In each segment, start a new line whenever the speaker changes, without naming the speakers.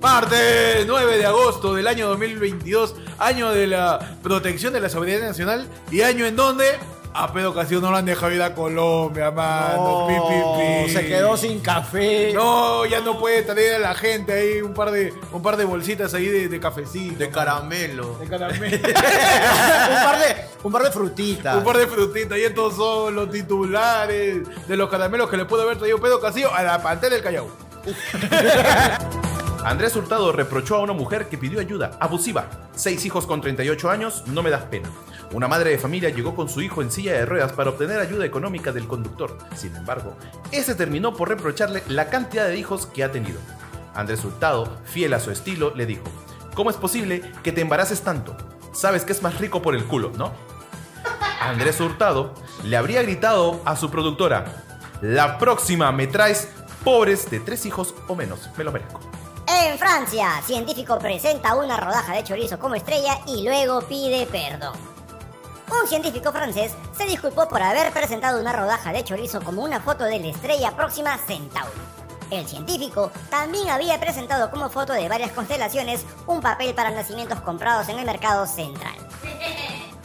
Martes 9 de agosto del año 2022, año de la protección de la soberanía nacional y año en donde a pedo Castillo no lo han dejado ir a Colombia, mano.
No,
Pi, pi, pi.
Se quedó sin café.
No, ya no puede traer a la gente ahí un par de, un par de bolsitas ahí de, de cafecito.
De caramelo.
De caramelo. un, par de, un par de frutitas.
Un par de frutitas, y estos son los titulares de los caramelos que le pudo haber traído Pedro Castillo a la pantera del Callao.
Andrés Hurtado reprochó a una mujer que pidió ayuda, abusiva. Seis hijos con 38 años, no me das pena. Una madre de familia llegó con su hijo en silla de ruedas para obtener ayuda económica del conductor. Sin embargo, ese terminó por reprocharle la cantidad de hijos que ha tenido. Andrés Hurtado, fiel a su estilo, le dijo, ¿cómo es posible que te embaraces tanto? Sabes que es más rico por el culo, ¿no? Andrés Hurtado le habría gritado a su productora, la próxima me traes pobres de tres hijos o menos, me lo merezco.
En Francia, científico presenta una rodaja de chorizo como estrella y luego pide perdón. Un científico francés se disculpó por haber presentado una rodaja de chorizo como una foto de la estrella próxima Centauro. El científico también había presentado como foto de varias constelaciones un papel para nacimientos comprados en el mercado central.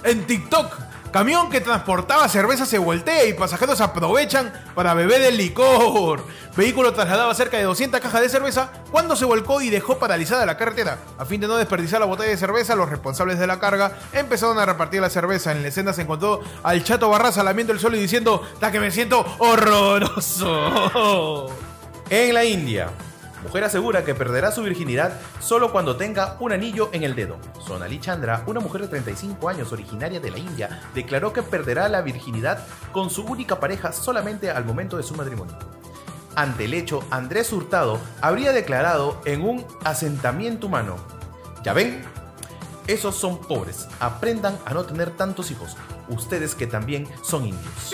En TikTok, camión que transportaba cerveza se voltea y pasajeros aprovechan para beber el licor. Vehículo trasladaba cerca de 200 cajas de cerveza cuando se volcó y dejó paralizada la carretera. A fin de no desperdiciar la botella de cerveza, los responsables de la carga empezaron a repartir la cerveza. En la escena se encontró al Chato Barraza lamiendo el suelo y diciendo, ¡Ta que me siento horroroso!
En la India, mujer asegura que perderá su virginidad solo cuando tenga un anillo en el dedo. Sonali Chandra, una mujer de 35 años originaria de la India, declaró que perderá la virginidad con su única pareja solamente al momento de su matrimonio. Ante el hecho, Andrés Hurtado habría declarado en un asentamiento humano. ¿Ya ven? Esos son pobres. Aprendan a no tener tantos hijos. Ustedes que también son indios.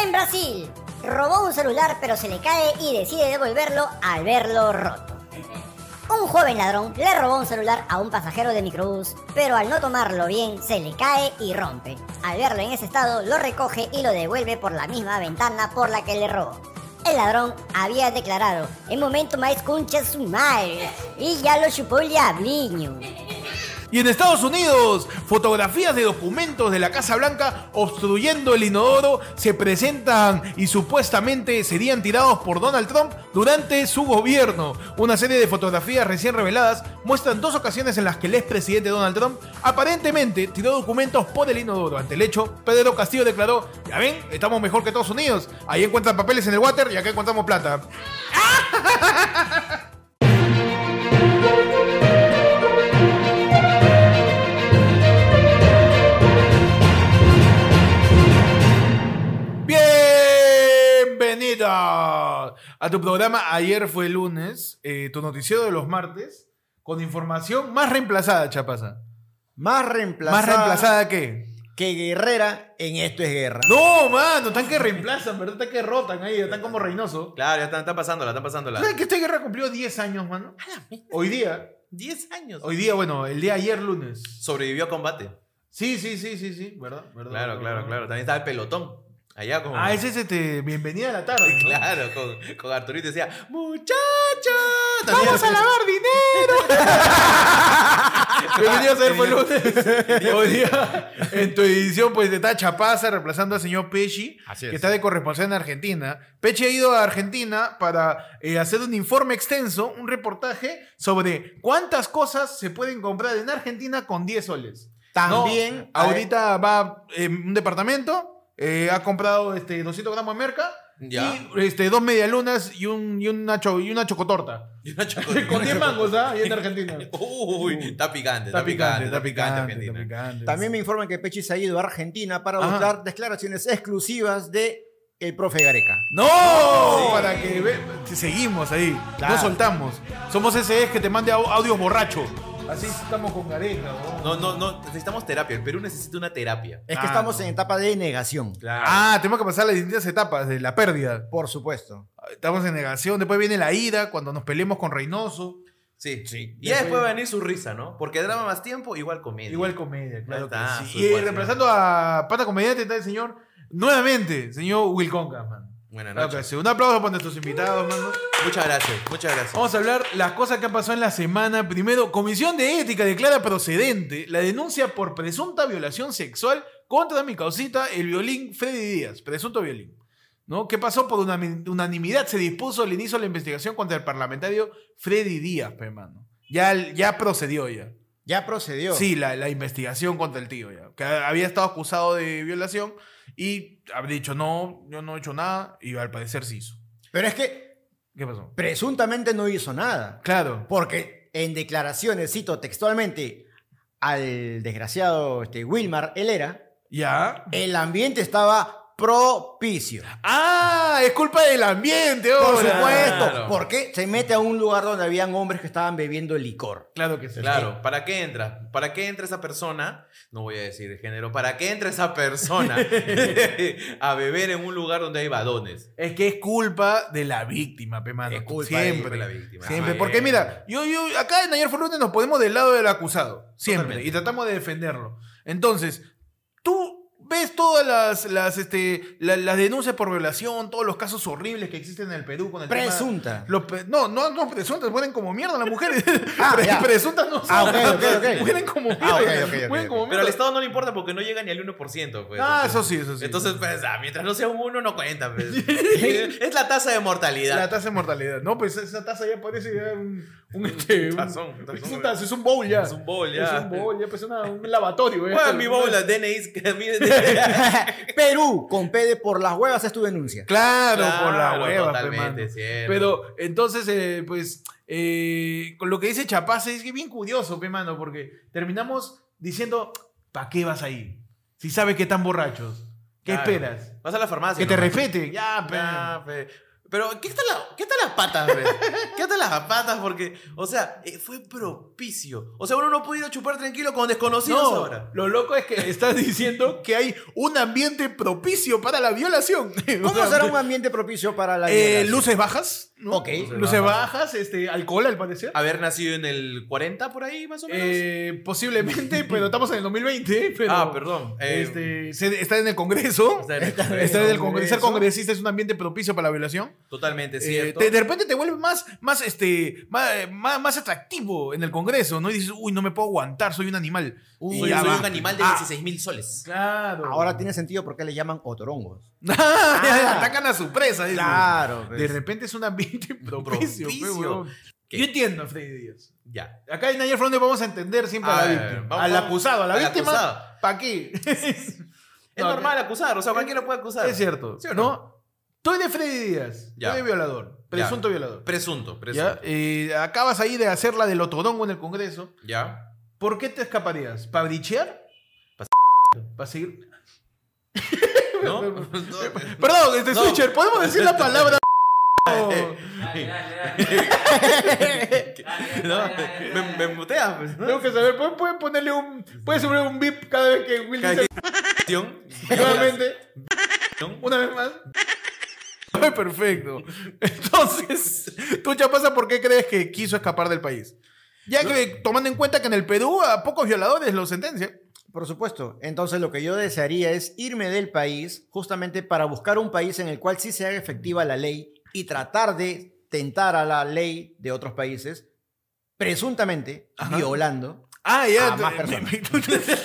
En Brasil, robó un celular pero se le cae y decide devolverlo al verlo roto. Un joven ladrón le robó un celular a un pasajero de microbús, pero al no tomarlo bien se le cae y rompe. Al verlo en ese estado, lo recoge y lo devuelve por la misma ventana por la que le robó. El ladrón había declarado, en momento más concha su madre, y ya lo chupó el diabliño.
Y en Estados Unidos, fotografías de documentos de la Casa Blanca obstruyendo el inodoro se presentan y supuestamente serían tirados por Donald Trump durante su gobierno. Una serie de fotografías recién reveladas muestran dos ocasiones en las que el expresidente Donald Trump aparentemente tiró documentos por el inodoro. Ante el hecho, Pedro Castillo declaró, ya ven, estamos mejor que Estados Unidos. Ahí encuentran papeles en el water y acá encontramos plata. Bienvenidos a tu programa. Ayer fue lunes, eh, tu noticiero de los martes, con información más reemplazada, Chapaza.
Más reemplazada,
¿Más reemplazada qué?
que guerrera en esto es guerra.
No, mano, están que reemplazan, ¿verdad? Están que rotan ahí, están como Reynoso.
Claro, ya están, están pasándola, están pasándola.
¿Sabes que esta guerra cumplió 10 años, mano? Hoy día,
10 años.
hoy día, bueno, el día ayer lunes.
Sobrevivió a combate.
Sí, sí, sí, sí, sí, ¿verdad? ¿verdad?
Claro, claro, claro. También estaba el pelotón. Allá con.
Ah, ese es este, bienvenida a la tarde. ¿no?
Claro, con, con Arturito decía, ¡Muchachos!
¡Vamos a lavar dinero! Bienvenidos a Ayer fue lunes. Hoy día, en tu edición, pues está Chapaza reemplazando al señor Pechi,
Así es.
que está de corresponsal en Argentina. Pechi ha ido a Argentina para eh, hacer un informe extenso, un reportaje sobre cuántas cosas se pueden comprar en Argentina con 10 soles.
También,
No, ahorita va en un departamento, eh, ha comprado este, 200 gramos de merca.
Ya.
Y este, dos medialunas y, un, y, una cho- y una chocotorta.
Y una choco-
Con 10 mangos, ¿ah? Y en Argentina.
Uy, está picante, está, picante, está picante, Argentina.
también me informan que Pechi se ha ido a Argentina para
Ajá.
buscar declaraciones exclusivas de el profe Gareca.
¡No! Para que ve- seguimos ahí.
Claro.
No soltamos. Somos ese que te mande au- audios borracho. Así estamos con Gareca,
No, no, no, necesitamos terapia. El Perú necesita una terapia.
Es que
Ah,
estamos
no.
en etapa de negación,
Claro.
Ah, tenemos que pasar las distintas etapas de la pérdida.
por supuesto.
Estamos en negación, después viene la ira, cuando nos peleemos con Reynoso.
Sí. sí. Y
Ya
ya después
fue.
va a venir su risa, ¿no? Porque drama más tiempo, igual comedia.
Igual comedia, claro
Ya está,
que sí.
su
Y eh,
igual,
reemplazando a Pata Comediante está el señor, nuevamente, señor Wilconga, man.
Buenas
Claro que
noches.
sí. Un aplauso para nuestros invitados, mano.
Muchas gracias, muchas gracias.
Vamos a hablar las cosas que han pasado en la semana. Primero, Comisión de Ética declara procedente la denuncia por presunta violación sexual contra mi causita, el violín Freddy Díaz, presunto violín. ¿No? ¿Qué pasó? Por una, unanimidad se dispuso el inicio de la investigación contra el parlamentario Freddy Díaz, pe, mano. Ya, ya procedió ya.
Ya procedió.
Sí, la, la investigación contra el tío ya. Que había estado acusado de violación y había dicho, no, yo no he hecho nada y al parecer sí hizo.
Pero es que
¿Qué pasó?
presuntamente no hizo nada.
Claro.
Porque en declaraciones, cito textualmente al desgraciado este, Wilmar Helera,
Ya.
el ambiente estaba propicio.
Ah, es culpa del ambiente,
Por
ahora.
supuesto, porque se mete a un lugar donde habían hombres que estaban bebiendo licor.
Claro que sí.
Claro, ¿para qué entra? ¿Para qué entra esa persona? No voy a decir de género, ¿para qué entra esa persona a beber en un lugar donde hay badones?
Es que es culpa de la víctima, pe mano.
Es culpa
siempre
de la víctima.
Siempre.
Ah,
Porque
bien.
mira, yo, yo acá en Ayer fue Lunes nos ponemos del lado del acusado. Siempre.
Totalmente.
Y tratamos de defenderlo. Entonces, tú ves todas las, las, este, la- las denuncias por violación, todos los casos horribles que existen en el Perú con el tema-
Presunta.
Los pre- no, no, no presuntas, mueren como mierda las mujeres.
Ah,
Pre-
ya.
presuntas no son.
Ah, ok, ok, ok. Ah,
Mueren como mierda.
ok, ok, ok,
Mueren como
ok.
Pero al
mierda.
Estado no le importa porque no llega ni al 1%. Pues,
Ah,
Entonces-
eso sí, eso sí.
Entonces, pues, ah, mientras no sea un 1, no cuenta. pues. es la tasa de mortalidad.
La tasa de mortalidad. No, pues esa taza ya parece ya un. un, este, un-
Tazón, tazón.
es un tazo, es un bowl ya.
Es un bowl, ya.
Es un bowl, ya, pues una- un lavatorio. eh. ya.
Bueno, mi bobo, las DNIs que a mí- Claro,
Perú, con PD por las huevas es tu denuncia.
Claro, por la hueva, pe,
Totalmente,
mano.
cierto.
Pero entonces, eh, pues, eh, con lo que dice Chapaz es que bien curioso, pe, mano, porque terminamos diciendo: ¿Para qué vas ahí? Si sabes que están borrachos. ¿Qué
Claro.
esperas?
Vas a la farmacia.
Que te
nomás.
respeten. Ya, pe.
Ya, pe. Pero, ¿qué están la- qué están las patas, pe? ¿Qué están las patas? Porque, o sea, eh, fue propicio. O sea, uno no puede ir a chupar tranquilo con desconocidos
No,
ahora.
lo loco es que estás diciendo que hay un ambiente propicio para la violación. O
¿Cómo
sea,
será un ambiente propicio para la
Eh,
violación?
luces bajas. ¿no?
Ok.
Luces, Luces bajas, bajas, este, alcohol al parecer.
Haber nacido en el 40 por ahí, más Ah, o menos.
Eh, posiblemente, pero estamos en el 2020. pero,
ah, perdón. Eh,
este, se- está en el Congreso.
está en el
Está en el
Congreso.
Congreso. Ser congresista es un ambiente propicio para la violación.
Totalmente
Eh,
cierto.
te- de repente te vuelve más, más, este, más, eh, más, más atractivo en el Congreso, ¿no? Y dices, uy, no me puedo aguantar, soy un animal.
Soy,
Y
soy
ya va.
un animal de
Ah,
16 mil soles.
Claro.
Ahora tiene sentido por qué le llaman otorongos.
Atacan a su presa. dices.
pues.
De repente es un ambiente propicio.
Propicio.
pe, huevón.
¿Qué?
Yo entiendo a Freddy Díaz.
Ya.
Acá en Ayer Fronde vamos a entender siempre a,
A
la
ver,
víctima.
Ah, eh, vamos-
al acusado, a la
al acusado.
víctima. ¿Para qué?
Es
No,
normal acusar, o sea, cualquiera puede acusar.
Es cierto.
¿Sí o no?
no? Tú eres Freddy Díaz.
Ya.
Tú eres violador. Presunto violador.
Presunto,
¿Ya?
presunto.
Eh, acabas ahí de hacer la del otodongo en el Congreso.
¿Ya?
¿Por qué te escaparías? ¿Para brichear?
Pa'
¿Para seguir?
¿No?
Perdón, este
No.
switcher, ¿podemos decir la palabra?
No, me, me muteas, pues, ¿no?
Tengo que saber, ¿pueden, pueden ponerle un. Puedes poner un bip cada vez que Will dice nuevamente. Una vez más. Ay, Perfecto. Entonces, tú ya pasa por qué crees que quiso escapar del país. Ya que tomando en cuenta que en el Perú a pocos violadores lo sentencian.
Por supuesto. Entonces lo que yo desearía es irme del país justamente para buscar un país en el cual sí se haga efectiva la ley y tratar de tentar a la ley de otros países, presuntamente violando.
Ah, ya.
A más
te-
personas.
me-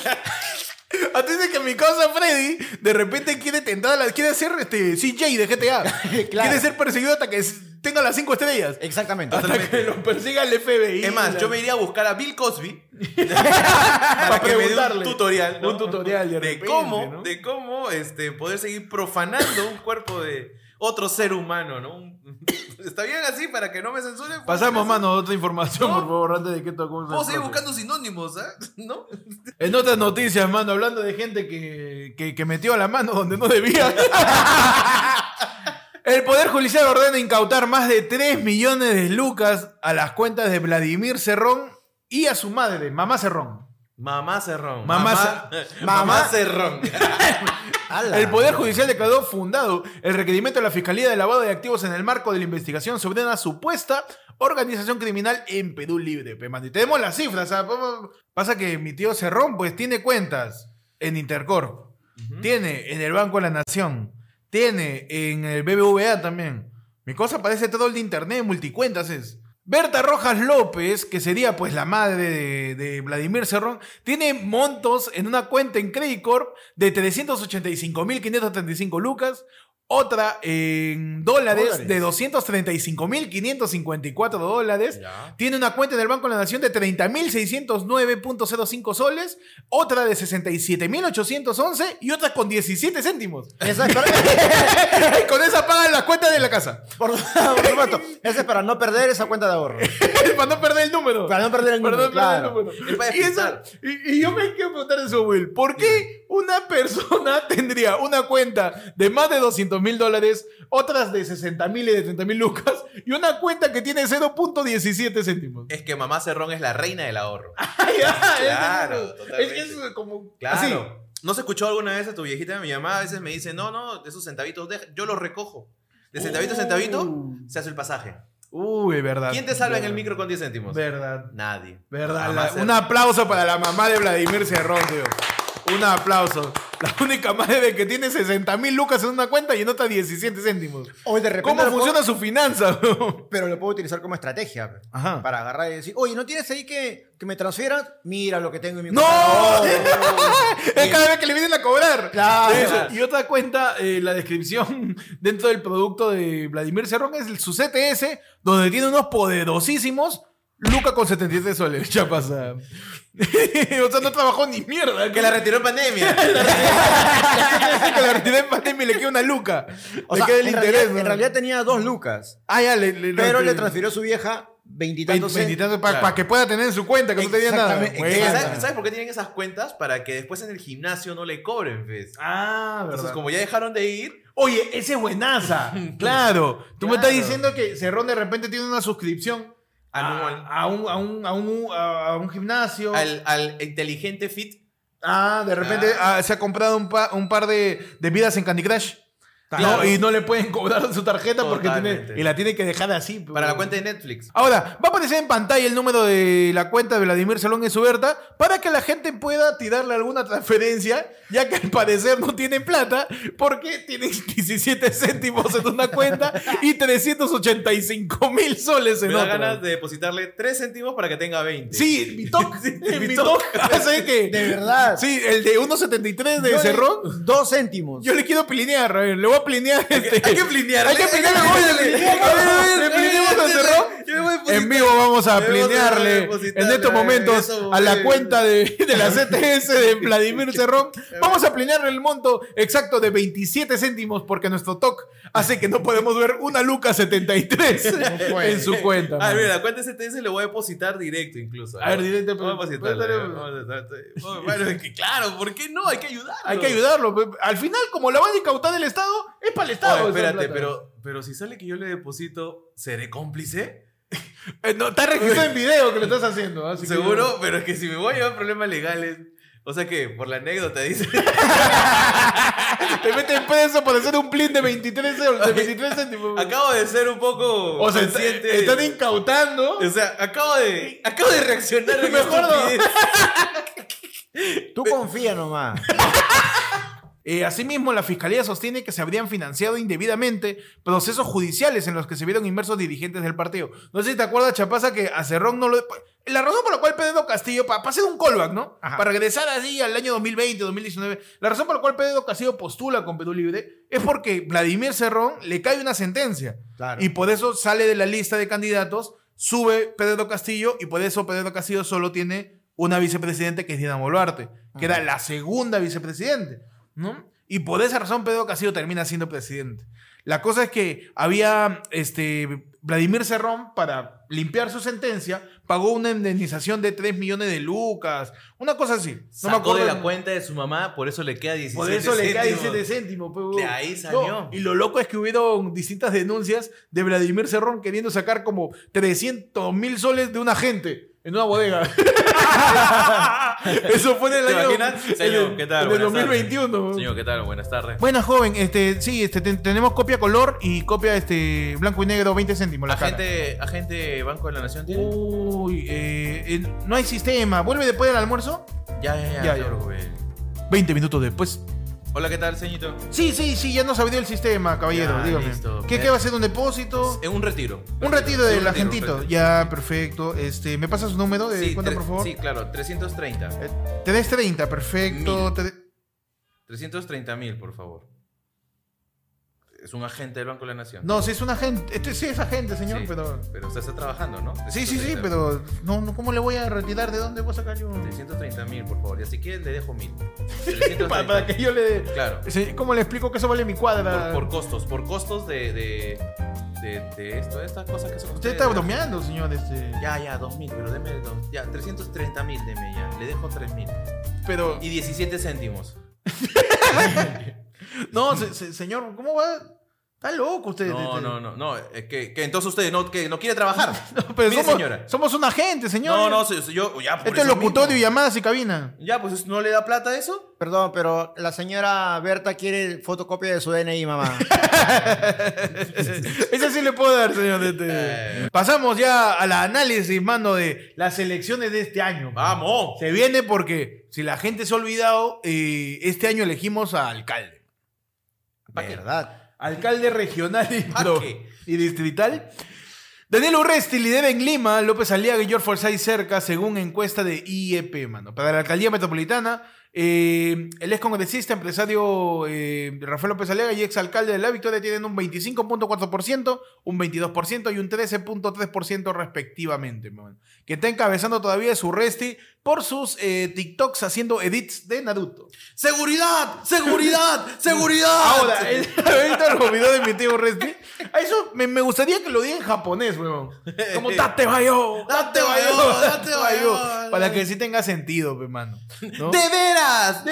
Antes de que mi cosa Freddy de repente quiere tentar, a la- quiere ser este CJ de GTA.
Claro.
Quiere ser perseguido hasta que s- tenga las cinco estrellas.
Exactamente.
Hasta que lo persiga el FBI.
Es más,
la-
yo me iría a buscar a Bill Cosby
para
para que me dé un
preguntarle.
tutorial. ¿no?
Un tutorial de,
de,
repente,
cómo,
¿no?
de cómo este, poder seguir profanando un cuerpo de otro ser humano, ¿no? Un- Está bien así para que no me censuren.
Pasamos,
Pues,
mano, a otra información, por favor, antes de que esto comience.
Puedo seguir buscando sinónimos, ¿ah? ¿No?
En otras noticias, mano, hablando de gente que, que, que metió la mano donde no debía. El Poder Judicial ordena incautar más de 3 millones de lucas a las cuentas de Vladimir Cerrón y a su madre, mamá Cerrón.
Mamá Cerrón.
Mamá-
Mamá Cerrón.
¡Hala!
El Poder Judicial declaró fundado el requerimiento de la Fiscalía de Lavado de Activos en el marco de la investigación sobre una supuesta organización criminal en Perú Libre. pe, mano. Y tenemos las cifras. ah, pa- pa- Pasa que mi tío Cerrón, pues, tiene cuentas en Intercorp, tiene en el Banco de la Nación, Tiene en el BBVA también. Mi cosa parece troll de internet, multicuentas es. Berta Rojas López, que sería pues la madre de, de Vladimir Cerrón, tiene montos en una cuenta en Credit Corp de 385.535 lucas, otra en dólares,
Dólares.
de 235.554 dólares,
Ya.
tiene una cuenta en el Banco de la Nación de 30.609.05 soles, otra de 67.811 y otra con 17 céntimos.
Esa es para,
Y con esa pagan las cuentas de la casa.
por, por supuesto, esa es para no perder esa cuenta de ahorro.
Para no perder el número.
Para no perder el
Para
número,
no perder el
claro.
número.
Es para
Y, eso- y- y yo me quiero preguntar eso, Will. ¿Por qué una persona tendría una cuenta de más de 200 mil dólares, otras de 60 mil y de 30 mil lucas, y una cuenta que tiene 0.17 céntimos?
Es que mamá Cerrón es la reina del ahorro.
Ay, ay,
Claro,
es- es-
totalmente.
es que es como
Claro.
así.
¿No se escuchó alguna vez a tu viejita? Mi mamá a veces me dice, no, no, de esos centavitos, deja- yo los recojo. De centavito a centavito, se hace el pasaje.
Uy, verdad.
¿Quién te salva en
Uh. Ah,
el
Verdad.
micro con 10 céntimos?
Verdad.
Nadie.
Verdad,
Mamá
la-
Cerrón.
un aplauso para la mamá de Vladimir Cerrón, tío. Un aplauso. La única madre de que tiene 60 mil lucas en una cuenta y en otra 17 céntimos.
Hoy de repente.
¿Cómo
lo puedo-
funciona su finanza? bro?
pero lo puedo utilizar como estrategia.
Ajá.
Para agarrar y decir, oye, ¿no tienes ahí que, que me transfieras? Mira lo que tengo en mi
¡No! Es cada vez que le vienen a cobrar.
Claro.
Eso. Y otra cuenta, eh, la descripción dentro del producto de Vladimir Cerrón es el- su CTS, donde tiene unos poderosísimos. Luca con 77 soles, ya pasa. o sea, no trabajó ni mierda.
Que la retiró en pandemia.
que la retiré en pandemia y le queda una luca.
O
le
sea,
queda el
en,
interés.
realidad,
¿no?
en realidad tenía dos lucas,
ah, ya, le, le-
pero le
le-
transfirió su vieja veintitantos. cent-
Para
Claro.
que pueda tener en su cuenta, que no tenía nada.
Exactamente,
Buena.
¿Sabes, sabes por qué tienen esas cuentas? Para que después en el gimnasio no le cobren, ¿ves?
Ah,
Entonces,
verdad.
como ya dejaron de ir,
Oye, ese es buenaza. claro. Tú me
Claro.
estás diciendo que Cerrón de repente tiene una suscripción
Anual.
a, a un, a, un, a, un, a un gimnasio.
al, al inteligente fit.
Ah, de repente ah, se ha comprado un, pa- un par de, de vidas en Candy Crush.
Claro.
No, y no le pueden cobrar su tarjeta porque
Totalmente.
tiene, y la tiene que dejar así. pues.
Para la cuenta de Netflix.
Ahora, va a aparecer en pantalla el número de la cuenta de Vladimir Salón en su Berta para que la gente pueda tirarle alguna transferencia, ya que al parecer no tienen plata, porque tienen 17 céntimos en una cuenta y 385 mil soles en
Me da ganas
otra.
de depositarle 3 céntimos para que tenga 20.
Sí, Bitoc, Bitoc, hace que...
De verdad.
Sí, el de 1.73 de
Yo le-
Cerrón.
Dos céntimos.
Yo le quiero plinear, a ver, le voy a plinear este.
Hay que plinear.
Hay que plinearle, voy, le plineamos, le plineamos al Cerrón.
Yo le voy a depositar.
En vivo vamos a
Le vamos a
plinearle
depositar,
en estos
eh,
momentos
eso,
a la
eh.
cuenta de, de la CTS de Vladimir Cerrón. Vamos a plinearle el monto exacto de 27 céntimos porque nuestro TOC hace que no podemos ver una Luca 73 en su cuenta.
Ah,
man.
mira, la cuenta de CTS le voy a depositar directo incluso.
A ver, directo,
Voy a
pero-
depositarle.
pero-
vamos a depositarle. Bueno, es que claro, ¿por qué no? Hay que ayudar.
Hay que ayudarlo. pe- Al final, como la va a incautar el Estado, es para el Estado. esa
espérate,
plata.
pero, pero si sale que yo le deposito, ¿seré cómplice?
Eh, no, está registrado en video que lo estás haciendo. así que-
Seguro, pero es que si me voy a llevar problemas legales. O sea que, por la anécdota, dice.
Te meten preso por hacer un plin de 23 euros, de 23 céntimos.
Acabo de ser un poco.
O sea, está-
consciente.
están incautando.
O sea, acabo de. Acabo de reaccionar en
Mejor no.
estupidez.
Tú confía nomás.
Eh, asimismo, la fiscalía sostiene que se habrían financiado indebidamente procesos judiciales en los que se vieron inmersos dirigentes del partido. No sé si te acuerdas, Chapaza, que a Cerrón no lo. La razón por la cual Pedro Castillo, para hacer un callback, ¿no?
Ajá.
Para regresar así al año 2020, 2019, la razón por la cual Pedro Castillo postula con Perú Libre es porque Vladimir Cerrón le cae una sentencia.
Claro.
Y por eso sale de la lista de candidatos, sube Pedro Castillo y por eso Pedro Castillo solo tiene una vicepresidente que es Dina Boluarte, que era la segunda vicepresidente, ¿no? Y por esa razón Pedro Castillo termina siendo presidente. La cosa es que había este Vladimir Cerrón para limpiar su sentencia pagó una indemnización de 3 millones de lucas, una cosa así. No
Sacó
me acuerdo
de la cuenta de su mamá, por eso le queda 17
por eso le cae
céntimos.
17 céntimos. pe,
De
huevón.
ahí salió.
y lo loco es que hubieron distintas denuncias de Vladimir Cerrón queriendo sacar como 300 mil soles de un agente en una bodega. eso fue en el
¿Te
año
imaginas?
en
Señor,
el-
¿qué tal?
en el
Buenas
2021.
Señor, ¿qué tal? Buenas tardes.
Buena joven, este, sí, este, ten- tenemos copia color y copia este, blanco y negro, 20 céntimos. La cara. Uh,
Agente, agente Banco de la Nación tiene.
Uy, eh, eh, no hay sistema. ¿Vuelve después del almuerzo?
ya, ya,
ya,
ya, no te
ya.
preocupes.
20 minutos después.
Hola, ¿qué tal, señito?
Sí, sí, sí, ya nos abrió el sistema, caballero.
Ya,
dígame.
listo.
¿Qué,
Me-
qué va a ser un depósito?
Es Eh, un retiro.
Un retiro del
Sí, un retiro,
agentito.
un retiro.
Ya, perfecto. Este, ¿Me pasa su número de
Sí,
cuenta,
tre-
por favor?
Sí, claro, 330.
Eh, 330, perfecto. Tre-
330 mil, por favor. Es un agente del Banco de la Nación.
No, si es un agente. Este, sí, es agente, señor,
Sí,
pero.
Pero usted está trabajando, ¿no?
Sí, sí, sí,
330.
pero. No, no, ¿Cómo le voy a retirar? ¿De dónde voy a sacar yo?
330 mil, por favor. Y así que le dejo mil.
Pa- para que yo le.
Claro.
Se- ¿Cómo le explico que eso vale mi cuadra?
Por, por costos, por costos de. de, de, de esto, de estas cosas que son.
Usted
ustedes,
está
¿verdad?
bromeando, señor. Este.
Ya, ya, 2000, pero deme dos. Ya, 330 mil, deme ya. Le dejo 3000.
Pero.
Y 17 céntimos.
No, se- se- señor, ¿cómo va? Está loco usted.
No,
este.
no, no, no. Es que, que entonces usted no, que no quiere trabajar.
No, pero
Mire,
somos,
señora.
somos un agente, señor.
No, no, se- se- yo. Ya, por
Esto Este es
eso
locutorio,
mismo.
llamadas y cabina.
Ya, pues no le da plata eso.
Perdón, pero la señora Berta quiere fotocopia de su DNI, mamá.
Ese sí le puedo dar, señor. este. Pasamos ya a la análisis, mano, de las elecciones de este año.
Vamos.
Se viene porque, si la gente se ha olvidado, eh, este año elegimos a alcalde.
¿Para qué?
¿Verdad?
Alcalde regional y,
¿A
pro-
qué?
y distrital. Daniel Urresti lidera en Lima, López Aliaga y George Forsyth cerca, según encuesta de IEP, mano. Para la alcaldía metropolitana, eh, el ex congresista, empresario eh, Rafael López Aliaga y exalcalde de La Victoria tienen un 25.4%, un 22% y un 13.3% respectivamente, mano. Que está encabezando todavía es Urresti por sus eh, TikToks haciendo edits de Naruto.
¡Seguridad! ¡Seguridad! ¡Seguridad!
Ahora, él ahorita lo olvidó de mi tío Resti. A eso me, me gustaría que lo diga en japonés, weón. Como tate bayo,
Date bayo, date bayo.
Para que sí tenga sentido, hermano. ¿no?
¡De veras! ¡De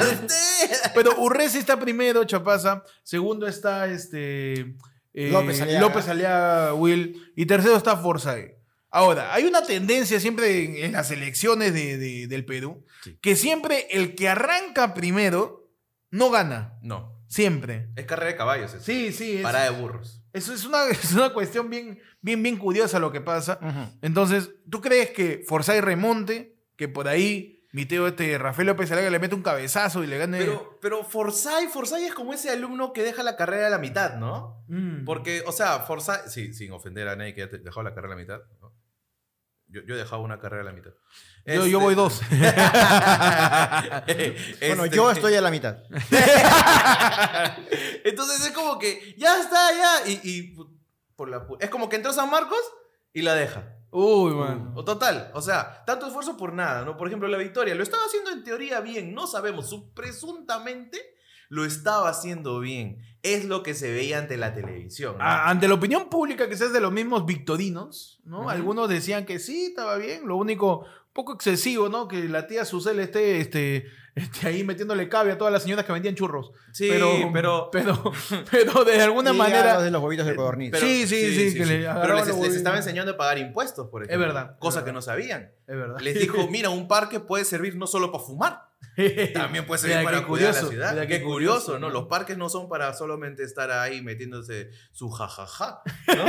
¡De veras!
Pero Urresi está primero, Chapaza. Segundo está este. eh,
López Aliaga.
López Aliaga, Will. Y tercero está Forsyth. Ahora, hay una tendencia siempre en, en las elecciones de- de- del Perú que siempre el que arranca primero no gana.
No,
Siempre.
es carrera de caballos. Es.
Sí, sí. es-
Parada de burros.
Eso es una, es una cuestión bien, bien, bien curiosa lo que pasa.
Ujú.
Entonces, ¿tú crees que Forsyth remonte? Que por ahí mi tío este Rafael López Alaga le mete un cabezazo y le gane.
Pero, pero Forsyth, Forsyth es como ese alumno que deja la carrera a la mitad, ¿no?
Mm.
Porque, o sea, Forsyth, sí, sin ofender a nadie que haya dejado la carrera a la mitad. ¿no? Yo, yo he dejado una carrera a la mitad.
yo,
Este-
yo voy dos.
Bueno,
Este-
eh,
yo estoy a la mitad.
Entonces es como que ya está, ya. Y, y pu- por la pu- es como que entró San Marcos y la deja.
Uy, man.
O total, o sea, tanto esfuerzo por nada, ¿no? Por ejemplo, la victoria lo estaba haciendo en teoría bien, no sabemos, su- presuntamente lo estaba haciendo bien. Es lo que se veía ante la televisión. ¿no?
A- ante la opinión pública quizás de los mismos victorinos, ¿no?
Ujú.
Algunos decían que sí, estaba bien, lo único un poco excesivo, ¿no? Que la tía Susel esté, este, esté ahí metiéndole cabe a todas las señoras que vendían churros.
sí,
pero, pero, pero, de alguna
Y
manera... eh,
a los de los huevitos de codorniz.
pero-
sí, sí, sí, que le agarraba
Pero les,
los
les
huevos.
estaba enseñando a pagar impuestos, por ejemplo.
verdad,
Cosa
es
que
verdad.
no sabían.
Es verdad.
Les dijo, mira, un parque puede servir no solo para fumar, También puede servir
Mira,
para
qué
cuidar
curioso,
la ciudad.
mira,
qué,
qué
curioso,
curioso,
¿no?
¿no?
Los parques no son para solamente estar ahí metiéndose su jajaja, ¿no?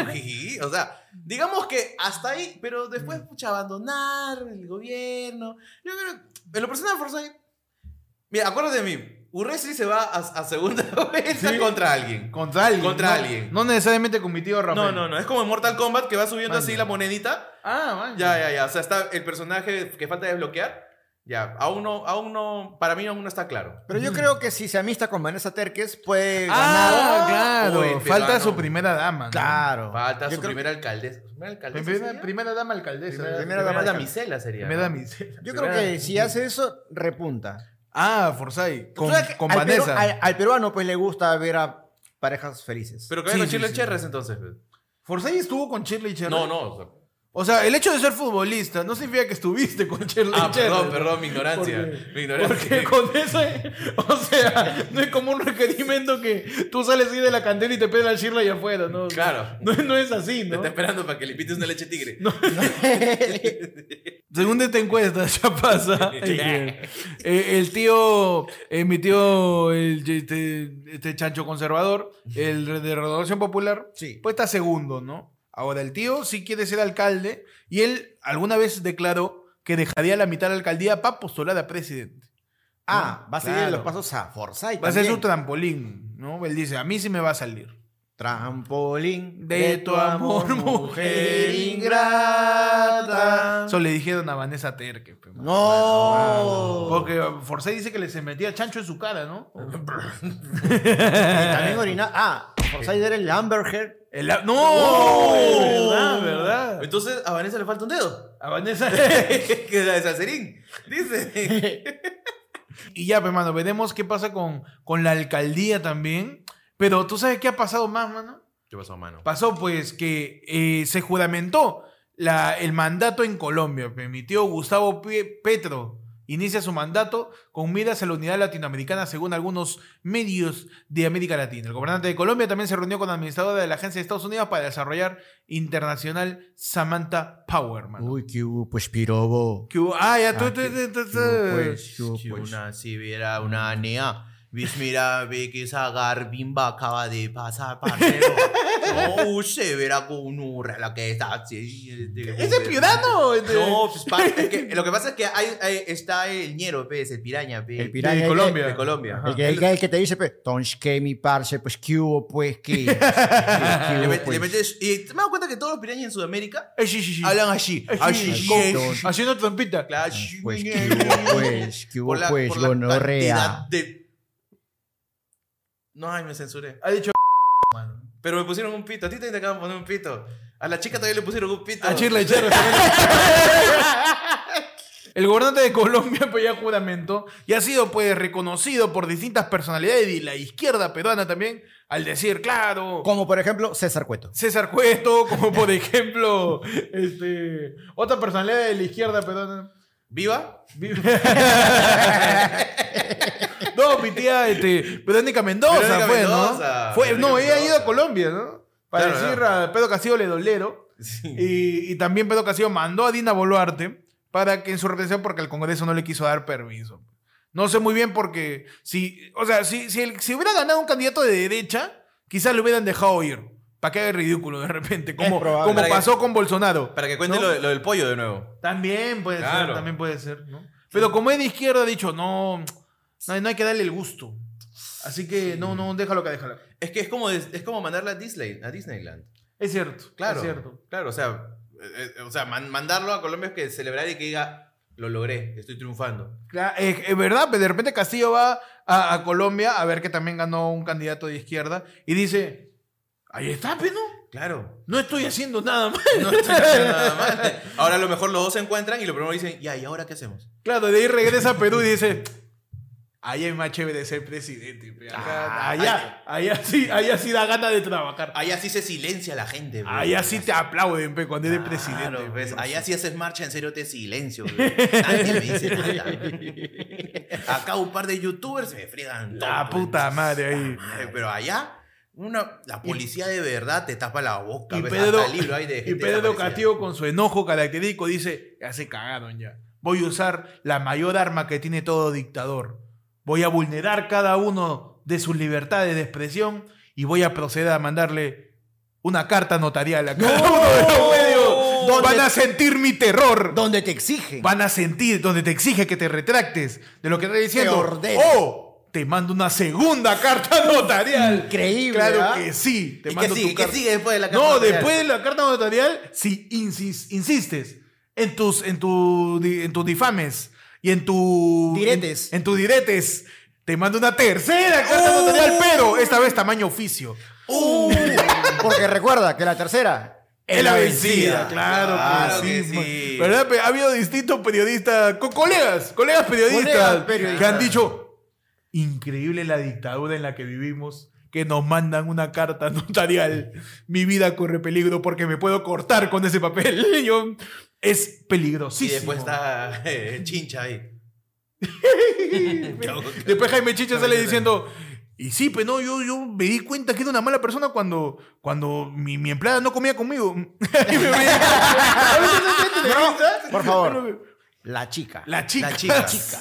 su jiji. O sea, digamos que hasta ahí, pero después, pucha, abandonar el gobierno. Yo creo, en lo personal, Forsyth, mira, acuérdate de mí, Urresti se va a, a segunda vuelta contra alguien.
Contra alguien.
Contra
no,
alguien.
No necesariamente con mi tío Rafael.
No, no, no, es como en Mortal Kombat que va subiendo así
Manja.
la monedita.
Ah, man.
Ya, ya, ya. O sea, está el personaje que falta desbloquear. Ya, aún no, aún no, para mí aún no está claro.
Pero yo creo que si se amista con Vanessa Terques, puede ganar.
Ah,
Ganado.
claro.
Uy,
Falta
peruano.
su primera dama. ¿no?
Claro.
Falta
Yo
su
creo-
primera alcaldesa. ¿Su primera alcaldesa
Primera,
sería?
primera dama alcaldesa.
Primera-
Primera
dama alcaldesa.
damisela sería.
Primera
¿no?
damisela.
Yo creo que si hace eso, repunta.
Ah, Forsyth. Con,
O sea, que
con
al
Vanessa.
peru- al, al peruano, pues le gusta ver a parejas felices.
Pero que venga
Sí, sí,
Chile
sí.
Cherres entonces. pues.
Forsyth estuvo con Shirley Cherry.
No, no. o sea-
O sea, el hecho de ser futbolista no significa que estuviste con Shirley
Ah,
Cherry.
perdón, perdón, mi ignorancia.
Porque-
Mi
Porque
ignorancia.
con eso, o sea, no es como un requerimiento que tú sales ahí de la cantera y te pegan a Shirley afuera, ¿no?
Claro.
No, no es así,
Te
¿no?
está esperando para que le invites una leche tigre.
Según esta encuesta, ya pasa. eh, el tío, eh, mi tío, el, este, este chancho conservador, el de Renovación Popular,
Sí.
pues está segundo, ¿no? Ahora, el tío sí quiere ser alcalde y él alguna vez declaró que dejaría la mitad de la alcaldía para postular a presidente.
Ah, va a seguir
Claro.
los pasos a Forsyth.
Va a ser su
también.
trampolín, ¿no? Él dice, a mí sí me va a salir.
trampolín
De tu amor, mujer
ingrata.
Eso le dijeron a Vanessa Terque. pe, man.
No.
Porque Forsyth dice que le se metía chancho en su cara, ¿no?
Y también orina. Ah, Forsyth era el Amber Heard.
El la- ¡No! Oh,
¿Verdad,
¿Verdad, verdad?
Entonces a Vanessa le falta un dedo.
A Vanessa.
que la de Salserín. Dice.
y ya, pues, mano, veremos qué pasa con, con la alcaldía también. Pero tú sabes qué ha pasado más, mano.
¿Qué pasó, mano?
Pasó, pues, que eh, se juramentó la, el mandato en Colombia. pe. Mi tío Gustavo Pe- Petro inicia su mandato con miras a la unidad latinoamericana, según algunos medios de América Latina. El gobernante de Colombia también se reunió con la administradora de la Agencia de Estados Unidos para desarrollar internacional Samantha Power, mano.
Uy, qué hubo, pues pirobo.
Que hubo- Ah, ya tú,
Ah,
tú-
qué-
tú- tú- tú-
pues. Mm.
Que una si viera una nea. ¿Ves? Mira, ve que esa garbimba acaba de pasar, parcero. No, se verá con una la que está así.
¿Ese es Piurano? Este-
No, pues, pa- es que lo que pasa es que hay, hay- está el ñero, pues, el piraña, pues.
El
de
piraña.
Colombia.
de Colombia.
El que, el que- el que te dice, pues, tons que mi parce, pues, ¿qué hubo, pues, qué? ¿Qué
Le
hubo,
met- le
pues?
metes- y me he dado cuenta que todos los pirañas en Sudamérica
Eh, sí, sí, sí.
hablan así.
Eh, sí,
Así,
sí,
con-
así, así.
Haciendo trompita.
Claro, así.
Pues, ¿qué hubo, pues? ¿Qué hubo,
Por la-
pues,
por la cantidad
gonorrea?
de- No, ay, me censuré.
Ha dicho.
Pero me pusieron un pito. A ti también te acaban de poner un pito. A la chica todavía le pusieron un pito.
A Shirley Cherry. El gobernante de Colombia, pues ya juramento, y ha sido pues reconocido por distintas personalidades de la izquierda peruana también, al decir, claro,
Como, por ejemplo, César Cueto.
César Cueto, como por ejemplo, este, otra personalidad de la izquierda peruana.
¿Viva?
No, mi tía, este, Verónica Mendoza,
Verónica
fue,
Mendoza,
¿no? Fue,
Verónica
no, ella ha ido
Mendoza.
a Colombia, ¿no? Para
Claro,
decir a Pedro Castillo le dolero. Y, y también Pedro Castillo mandó a Dina Boluarte para que en su retención porque el Congreso no le quiso dar permiso. No sé muy bien porque si, o sea, si, si, el- si hubiera ganado un candidato de derecha, quizás lo hubieran dejado ir. Para que haga el ridículo de repente, como,
probable.
como
Para que-
pasó con Bolsonaro.
Para que cuente
¿No?
lo, lo del pollo de nuevo.
También puede
Claro.
ser, también puede ser, ¿no? Pero como es de izquierda, ha dicho, no, no, hay- no hay que darle el gusto. Así que no, no, déjalo que déjalo.
Es que es como, des- es como mandarla a, Disney, a Disneyland.
Es cierto,
Claro.
es cierto.
Claro, o sea, eh, eh, o sea man- mandarlo a Colombia es que celebrar y que diga, lo logré, estoy triunfando.
Cla- Es, es verdad, pero de repente Castillo va a, a Colombia a ver que también ganó un candidato de izquierda y dice, ahí está, pero
Claro.
no estoy haciendo nada más.
No estoy haciendo nada mal. Ahora a lo mejor los dos se encuentran y lo primero dicen, ya, ¿y ahora qué hacemos?
Claro, de ahí regresa a Perú y dice, ahí es más chévere ser presidente. pe, acá-
Ah,
allá, allá, sí, allá sí da ganas de trabajar.
Allá sí se silencia la gente. bro.
Allá sí te aplauden pe, cuando eres
Claro,
presidente.
pues,
pe.
allá si haces marcha, en serio te silencio. bro. Nadie me dice nada. Acá un par de youtubers me friegan.
La
todo,
puta
bro.
madre ahí.
Ay, Pero allá, una, la policía de verdad te tapa la boca.
Y
¿ves?
Pedro,
Hasta libro hay de
y
gente
Pedro
desaparecida.
Castillo con su enojo característico dice, ya se cagaron ya. Voy a usar la mayor arma que tiene todo dictador. Voy a vulnerar cada uno de sus libertades de expresión y voy a proceder a mandarle una carta notarial a cada uno de los medios.
¿Dónde-
Van a sentir mi terror.
Donde te exigen.
Van a sentir donde te exige que te retractes de lo que está diciendo.
ordeno.
o te mando una segunda carta notarial.
Increíble,
Claro
¿verdad?
que sí. Te
¿ah? ¿Y qué
mando tu
sigue? ¿Qué
carta.
sigue después de la carta
No,
notarial?
después de la carta notarial, si insis- insistes en tus, en tu, di- en tus difames y en tu
Diretes.
en, en tus diretes, te mando una tercera carta
¡Oh!
notarial, pero esta vez tamaño oficio.
Uh, Porque recuerda que la tercera
Es la vencida, claro,
Claro
que,
que
sí.
sí.
man. ¿Verdad? Pe- Ha habido distintos periodistas, co- colegas, colegas periodistas,
Colegas periodistas.
que han dicho, increíble la dictadura en la que vivimos, que nos mandan una carta notarial, mi vida corre peligro porque me puedo cortar con ese papel. Y Yo, es
Y
peligrosísimo.
después está eh, Chincha ahí. Chau.
Después Jaime Chicha
No,
sale
yo
diciendo, y sí, pero no, yo, yo me di cuenta que era una mala persona cuando, cuando mi, mi empleada no comía conmigo. Y me veía- A veces hace entrevistas.
por favor. la chica.
La chica. Ah,
La chica.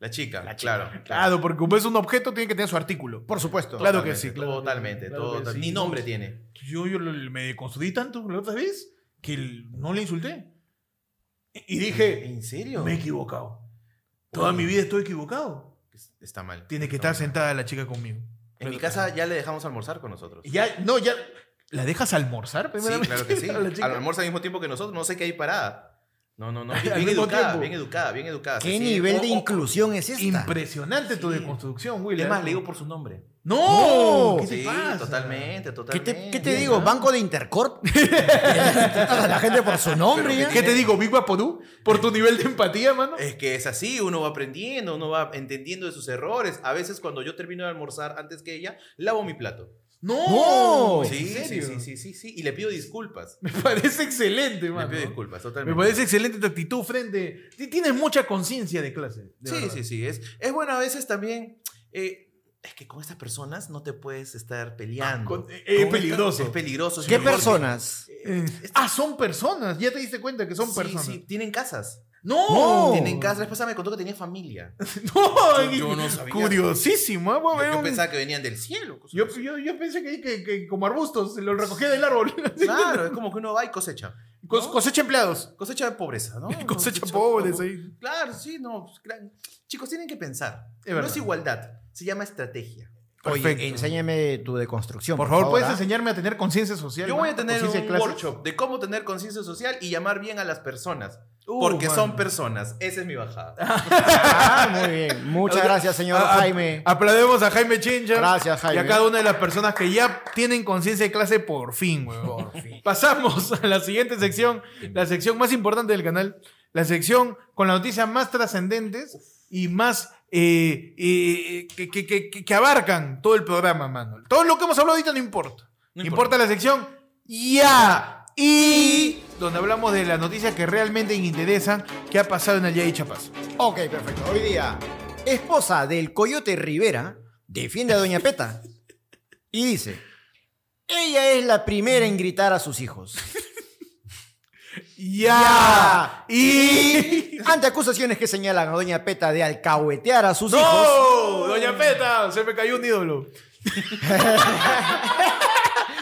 La chica, claro.
Claro, porque como es un objeto, tiene que tener su artículo.
Por supuesto.
Claro.
Totalmente,
que sí, claro que sí,
Totalmente.
claro que
total-
sí.
Ni nombre tiene.
Yo, yo lo- me construí tanto la otra vez que el- no le insulté. Y y dije,
¿En serio?
Mm. me he equivocado. Toda mi vida estoy equivocado.
Está mal.
Tiene que
Está
estar
mal.
sentada la chica conmigo.
En mi casa ya le dejamos almorzar con nosotros.
Ya, no, ya. ¿La dejas almorzar
Sí,
primeramente?
claro que sí.
a la chica?
Al almuerzo al mismo tiempo que nosotros, no sé qué hay parada. No, no, no.
Al
Bien, bien
mismo
educada,
tiempo.
bien educada, bien educada.
¿Qué
Cecilia.
nivel de
Oh, oh,
inclusión es esta?
Impresionante tu deconstrucción, Will.
Es más, le digo por su nombre.
¡No!
No.
¿Qué te
sí,
pasa?
totalmente,
¿Qué
totalmente.
te, qué te digo? ¿Banco de Intercorp? Tratas a la gente por su nombre
Pero
ya.
que
¿Qué te digo, Big Wapodú? ¿Por tu nivel de empatía, mano?
Es que es así, uno va aprendiendo, uno va entendiendo de sus errores. A veces cuando yo termino de almorzar antes que ella, lavo mi plato.
¡No!
No.
Oh, ¿En
Sí, sí,
serio?
sí, sí, sí, sí. Y le pido disculpas.
Me parece excelente, mano.
Le pido disculpas, totalmente.
Me parece excelente tu actitud frente. Ti- Tienes mucha conciencia de clase. de
sí,
verdad.
sí, sí. Es, es bueno a veces también. eh, es que con estas personas no te puedes estar peleando.
Con- eh,
Con
es
estas-
peligroso.
Es peligroso. es
¿Qué
mejor que-
personas?
Eh, ah, son personas. Ya te diste cuenta que son
Sí,
personas.
sí, tienen casas.
¡No!
Tienen casas. La vez pasada me contó que tenía familia.
No,
Yo- yo no sabía.
Curiosísimo. ¿eh? Voy a
Yo,
ver
yo
un-
pensaba que venían del cielo. cosas
Yo,
así.
yo- yo pensé que, que- que como arbustos lo recogía del árbol.
Claro, es como que uno va y cosecha.
Cos- Cosecha empleados.
Cosecha de pobreza, ¿no?
Cosecha pobres ahí.
Claro, sí, no. pues, cla- Chicos, tienen que pensar.
Es
no
verdad.
es igualdad, se llama estrategia.
Perfecto.
Oye, enséñame tu deconstrucción.
Por favor, ¿puedes
¿ah?
enseñarme a tener conciencia social?
Yo
mano?
voy a tener
Conciencia de
un
clase.
workshop de cómo tener conciencia social y llamar bien a las personas.
Uh,
porque
mano.
son personas. Esa es mi bajada.
Ah, muy bien. Muchas gracias, señor
A- a-
Jaime.
Aplaudemos a Jaime Chincha.
Gracias, Jaime.
Y a cada una de las personas que ya tienen conciencia de clase por fin, weón. Pasamos a la siguiente sección, la sección más importante del canal, la sección con las noticias más trascendentes y más eh, eh, que, que- que- que- que abarcan todo el programa, Manuel. Todo lo que hemos hablado ahorita no importa.
No
importa. la sección ya y donde hablamos de las noticias que realmente interesan que ha pasado en Allá y Chapas.
Ok, perfecto. Hoy día, esposa del Coyote Rivera defiende a Doña Peta y dice: Ella es la primera en gritar a sus hijos.
Ya, y
Ante acusaciones que señalan a Doña Peta de alcahuetear a sus hijos,
¡No! Doña Peta, se me cayó un ídolo.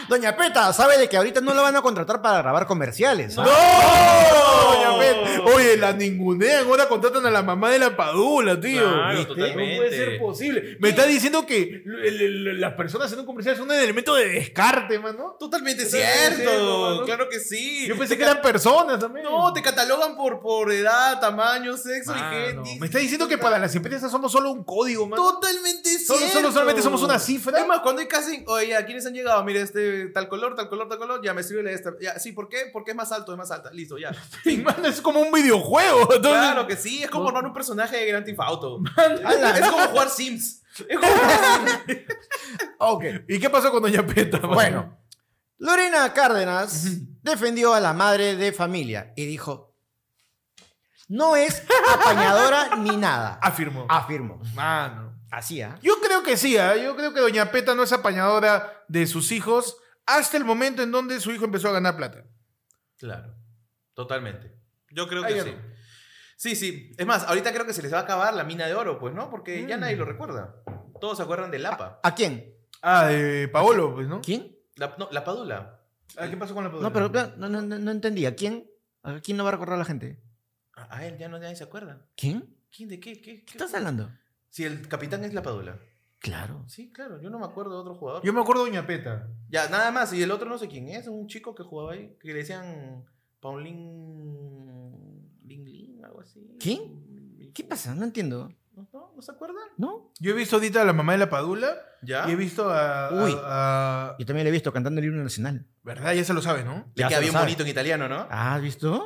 Doña Peta sabe de que ahorita no la van a contratar para grabar comerciales. ¿ah?
¡No! Doña Peta. Oye, la ningunean. Ahora contratan a la mamá de la Padula, tío.
Claro,
¿Viste?
totalmente.
No puede ser posible. Me está diciendo que l- l- l- las personas en un comercial son un elemento de descarte, mano.
Totalmente
Totalmente
cierto.
cierto, ¿no?
Claro que sí.
Yo pensé
Te
que
ca-
eran personas también.
No, te catalogan por, por edad, tamaño, sexo y
Mano,
gente.
Me está diciendo que para las empresas somos solo un código, mano.
Totalmente
Solo-
cierto.
solo- solamente somos una cifra.
Es más, cuando hay casting, oye, ¿a quiénes han llegado? Mira, este tal color, tal color, tal color. Ya me sirve la de esta. Ya, sí, ¿por qué? Porque es más alto, es más alta. Listo, ya.
Sí, mano, es como un videojuego. Entonces,
Claro que sí, es como
No.
armar un personaje de Grand Theft Auto. Es como jugar Sims. Es como
Ok.
Ah, ¿Y qué pasó con Doña Peta? mano?
Bueno, Lorena Cárdenas defendió a la madre de familia y dijo: No es apañadora ni nada.
afirmó.
Afirmo.
Ah, Mano.
Así, ¿ah?
Yo creo que sí, ¿ah? yo creo que Doña Peta no es apañadora de sus hijos hasta el momento en donde su hijo empezó a ganar plata.
Claro, totalmente. Yo creo
Ahí
que sí.
ganó.
Sí, sí. Es más, ahorita creo que se les va a acabar la mina de oro, pues, ¿no? Porque ya
Mm.
nadie lo recuerda. Todos se acuerdan de Lapa.
¿A quién?
Ah, de Paolo, pues, ¿no?
¿Quién?
La, no, la Padula.
Ah, ¿Qué pasó con la
No, pero pero, no, no, no, no entendí. ¿A quién? ¿A quién no va a recordar la gente?
A, a él ya no nadie se acuerda.
¿Quién?
¿Quién de qué? ¿Qué,
¿Qué estás hablando?
Si el capitán es la Padula.
Claro.
Sí, claro, yo no me acuerdo de otro jugador.
Yo me acuerdo de Doña Peta.
Ya, nada más. Y el otro no sé quién es, un chico que jugaba ahí, que le decían Paulín. Ling Ling, algo así.
¿Quién? ¿Qué pasa? No entiendo.
¿No, no, ¿no se acuerdan?
¿No?
Yo he visto ahorita a la mamá de la Padula
¿Ya?
y he visto a, a-
Uy.
a-
Yo también le he visto cantando el himno nacional.
¿Verdad? Ya se lo sabe, ¿no?
Le
Ya
queda
se lo
bien
sabe.
bonito en italiano, ¿no?
Ah, ¿has visto?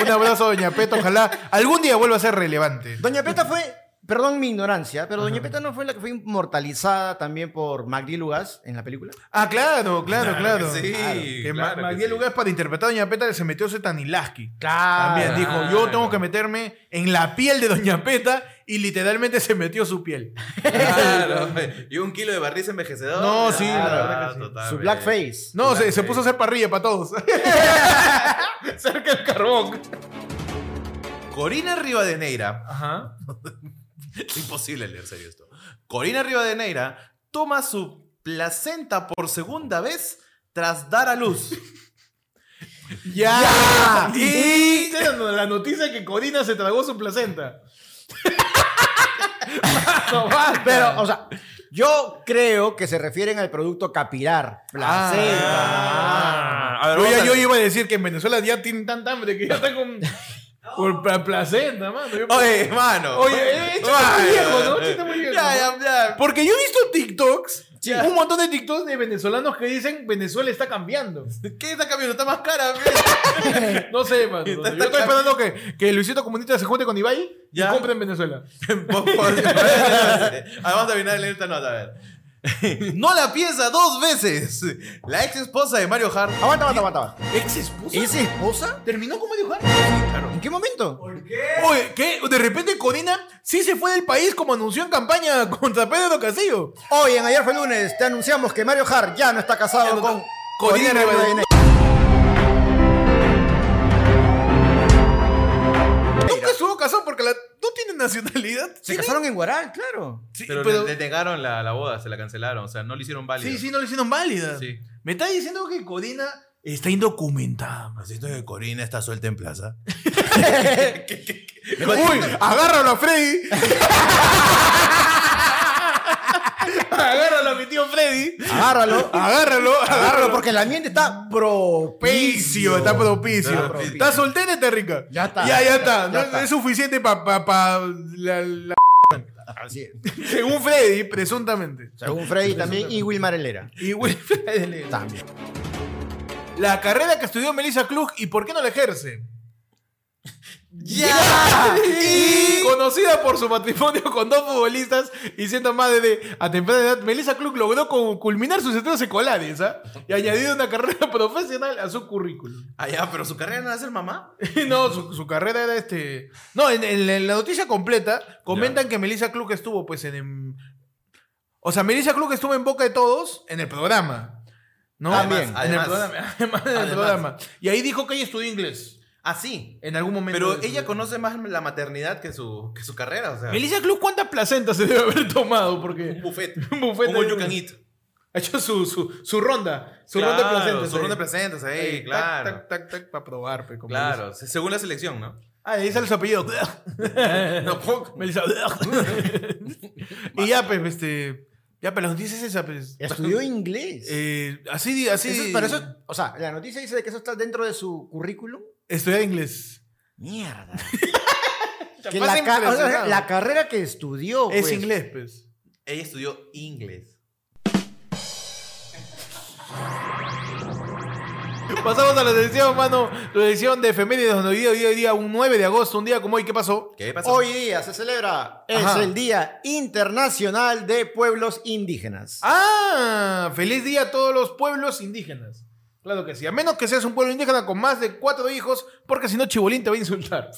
Un abrazo a Doña Peta, ojalá algún día vuelva a ser relevante.
Doña Peta fue, perdón mi ignorancia, pero Doña
Ajá.
Peta no fue la que fue inmortalizada también por Magdi Lugas en la película.
Ah, claro, claro, claro.
Claro que sí,
Claro. Que Ma-
claro que
Magdiel
sí.
Lugas para interpretar a Doña Peta se metió Zetanilaski.
Claro.
También dijo, yo tengo
claro.
que meterme en la piel de Doña Peta y literalmente se metió su piel.
Claro, y un kilo de barriz envejecedor.
No, sí,
Claro,
la verdad que sí.
totalmente.
Su blackface.
No, se, se
Claro, sí.
puso a hacer parrilla para todos. Cerca del carbón.
Corina Rivadeneira.
Ajá.
Imposible leer serio esto. Corina Rivadeneira toma su placenta por segunda vez tras dar a luz.
¡Ya! Ah, Y Esta es la noticia que Corina se tragó su placenta. Mano, basta.
Pero, o sea, yo creo que se refieren al producto capilar. Placenta.
Ah, a ver,
Ah. yo,
vamos
ya-
a-
yo iba a decir que en Venezuela ya tienen tanta hambre que ya están con. Por pla- placenta, mano. Yo-
Oye, mano.
Oye, eh, chiste
Mano.
muy viejo, ¿no? Chiste muy viejo.
Ya, ya, ya.
Porque yo he visto TikToks, un montón de TikToks de venezolanos que dicen Venezuela está cambiando.
¿Qué está cambiando? Está más cara, pe.
No sé, mano. Yo estoy esperando que, que Luisito Comunista se junte con Ibai
Ya.
y compre en Venezuela.
Por- por- Ah, Vamos a terminar de leer esta nota, a ver. No la piensa dos veces. La ex esposa de Mario Hart.
Aguanta, aguanta, aguanta, aguanta.
¿Ex esposa?
¿Es esposa?
¿Terminó como dijo
¿En qué momento?
Oye, ¿qué? De repente Corina sí se fue del país como anunció en campaña contra Pedro Castillo.
Hoy en Ayer fue lunes te anunciamos que Mario Hart ya no está casado
no-
con
Corina
Corina
Rivadeneira.
Rivadeneira.
Nunca estuvo casado porque la- no tiene nacionalidad.
Se casaron en Guaral, claro.
Sí,
Pero,
pero-
le, le negaron la, la boda, se la cancelaron. O sea, no le hicieron válido.
sí, sí, no le hicieron válida.
Sí.
Me está diciendo que Corina está indocumentada. man.
Así que Corina está suelta en plaza.
Uy, agárralo a Freddy. agárralo a mi tío Freddy.
Agárralo.
Agárralo,
Agárralo
agárralo porque
porque el ambiente está propicio.
propicio, está propicio.
Está
Está,
propicio.
soltera, está rica.
Ya está.
Ya, ya está.
Ya
No,
está.
Es suficiente para la, la-
Así es.
Según Freddy, presuntamente.
Ah, Según Freddy también y Wilmar Helera.
Y Wilfred-
También.
la carrera que estudió Melissa Klug y por qué no la ejerce.
¡Ya!
Y Conocida por su matrimonio con dos futbolistas y siendo madre de a temprana edad, Melissa Klug logró cu- culminar sus estudios escolares ¿ah? y añadido una carrera profesional a su currículum.
Ah, ya, pero su carrera no va a ser mamá.
No, su, su carrera era este. No, en, en- en la noticia completa comentan que Melissa Klug estuvo pues en. en- O sea, Melissa Klug estuvo en boca de todos en el programa. ¿No?
También,
en
además.
el programa. Además en el
Además.
programa. Y ahí dijo que ella estudió inglés
Así.
en algún momento.
Ah, Pero
de su
ella
vida.
conoce más la maternidad que su, que su carrera. O sea,
Melissa Cruz, ¿cuántas placentas se debe haber tomado?
un
Porque
buffet.
un buffet
un
de-
you can eat.
ha hecho su, su, su ronda, su
Claro,
ronda de placentas.
Su
ahí.
ronda de presentas ahí,
Ahí, tac,
claro.
Tac, tac, tac, para probar. pe, como dice.
Claro, se- según la selección, ¿no?
Ah, ahí sale su apellido.
No, poco.
Melissa. y ya, pues, este. Ya, pero la noticia es esa, pues.
Estudió inglés.
Eh, así, así.
Eso- pero eso, o sea, la noticia dice de que eso está dentro de su currículum.
Estudiar inglés.
Mierda. que
Capaz
la, ca-
impresionado.
o sea, la carrera que estudió.
Es
pues.
inglés, pues.
Ella estudió inglés.
Pasamos a la edición, mano. La edición de efemérides, donde hoy día, hoy día, un 9 de agosto, un día como hoy, ¿qué pasó?
¿Qué pasó?
Hoy día se celebra. Es
Ajá.
el Día Internacional de Pueblos Indígenas.
Ah, feliz día a todos los pueblos indígenas. Claro que sí, a menos que seas un pueblo indígena con más de cuatro hijos, porque si no Chibolín te va a insultar.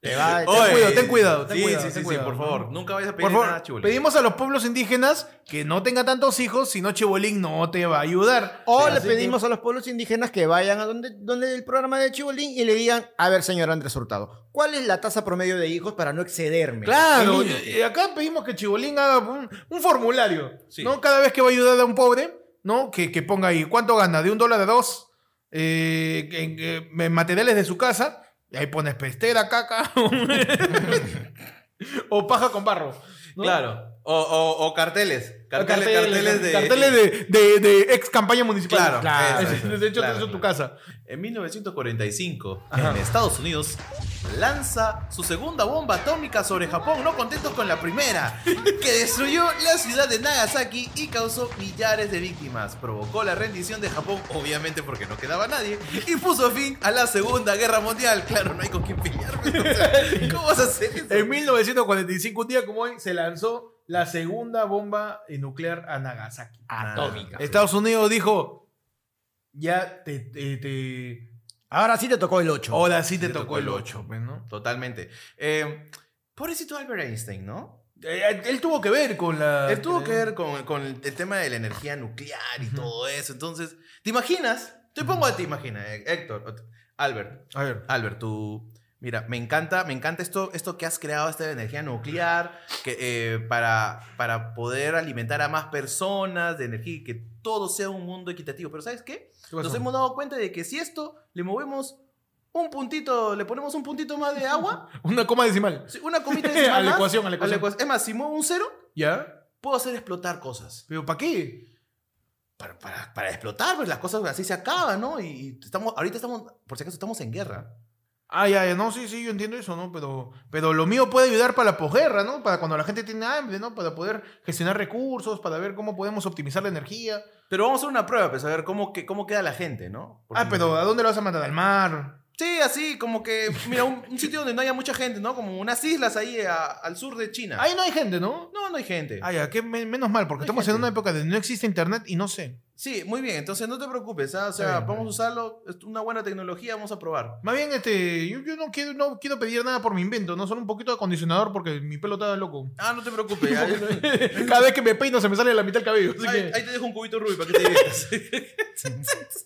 Te va- te-
Oye, cuidado, ten cuidado, ten
sí,
cuidado,
sí,
ten
sí, sí,
cuidado.
por favor. Nunca vayas a pedir
Por favor,
nada chibolo.
pedimos a los pueblos indígenas que no tenga tantos hijos, si no Chibolín no te va a ayudar.
O le
Así que-
pedimos a los pueblos indígenas que vayan a donde, donde el programa de Chibolín y le digan, a ver, señor Andrés Hurtado, ¿cuál es la tasa promedio de hijos para no excederme?
Claro,
El límite.
y- y acá pedimos que Chibolín haga un, un formulario,
Sí.
¿no? Cada vez que va a ayudar a un pobre, ¿no? Que, que ponga ahí, ¿cuánto gana? ¿De un dólar a dos? Eh, en, eh, en materiales de su casa. Y ahí pones pestera, caca. o paja con barro. ¿no?
Claro. O, o, o carteles.
O
Carteles, carteles, de.
carteles de- de- de ex campaña municipal.
Claro, claro,
Ese-
eso,
de hecho,
claro,
eso es tu
claro.
casa.
En 1945, en Estados Unidos, lanza su segunda bomba atómica sobre Japón, no contentos con la primera, que destruyó la ciudad de Nagasaki y causó millares de víctimas. Provocó la rendición de Japón, obviamente porque no quedaba nadie, y puso fin a la Segunda Guerra Mundial. Claro, no hay con quién pelear. pues, o sea, ¿Cómo vas a hacer eso?
En 1945, un día como hoy, se lanzó la segunda bomba nuclear a Nagasaki. Ah.
Atómica.
Estados Unidos dijo, ya te, te- te-
Ahora sí te tocó el 8.
ahora sí te,
Te
tocó,
tocó
el
el
8, ¿no?
Totalmente. Eh, pobrecito Albert Einstein, ¿no?
Eh, él tuvo que ver con la...
Él tuvo que ver con, con el el tema de la energía nuclear y todo eso. Entonces, eh, ¿te imaginas? Te pongo a ti, imagina, Hé- Héctor, o t- Albert,
A ver.
Albert, tu, Mira, me encanta, me encanta esto, esto que has creado, esta energía nuclear, que, eh, para, para poder alimentar a más personas de energía y que todo sea un mundo equitativo. Pero ¿sabes qué? Nos hemos dado cuenta de que si esto le movemos un puntito, le ponemos un puntito más de agua,
Una coma decimal.
si una comita
A
de
la ecuación, a la ecuación.
Es más, si muevo un cero,
¿Ya?
puedo hacer explotar cosas.
¿Pero para qué?
Para, para, para explotar, pues las cosas así se acaban, ¿no? Y estamos, ahorita estamos, por si acaso, estamos en guerra.
Ah, ya, ya, no, sí, sí, yo entiendo eso, ¿no? Pero, pero lo mío puede ayudar para la posguerra, ¿no? Para cuando la gente tiene hambre, ¿no? Para poder gestionar recursos, para ver cómo podemos optimizar la energía.
Pero vamos a hacer una prueba, pues, a ver cómo, que, cómo queda la gente, ¿no? Porque-
Ah, pero ¿a dónde lo vas a mandar? Al mar.
Sí, así, como que, mira, un, un sitio donde no haya mucha gente, ¿no? Como unas islas ahí a- al sur de China.
Ahí no hay gente, ¿no?
No, no hay gente.
Ah, ya, que me- menos mal, porque
Hay
estamos en
gente.
una época donde no existe internet y no sé.
Sí, muy bien, entonces no te preocupes, ¿ah? o sea,
Está bien,
vamos a usarlo, es una buena tecnología, vamos a probar.
Más bien, este, yo, yo no, quiero, no quiero pedir nada por mi invento, ¿no? Solo un poquito de acondicionador porque mi pelo está loco.
Ah, no te preocupes, ya.
Cada vez que me peino se me sale la mitad del cabello. así
ahí,
que-
ahí te dejo un cubito rubio para que te diviertas.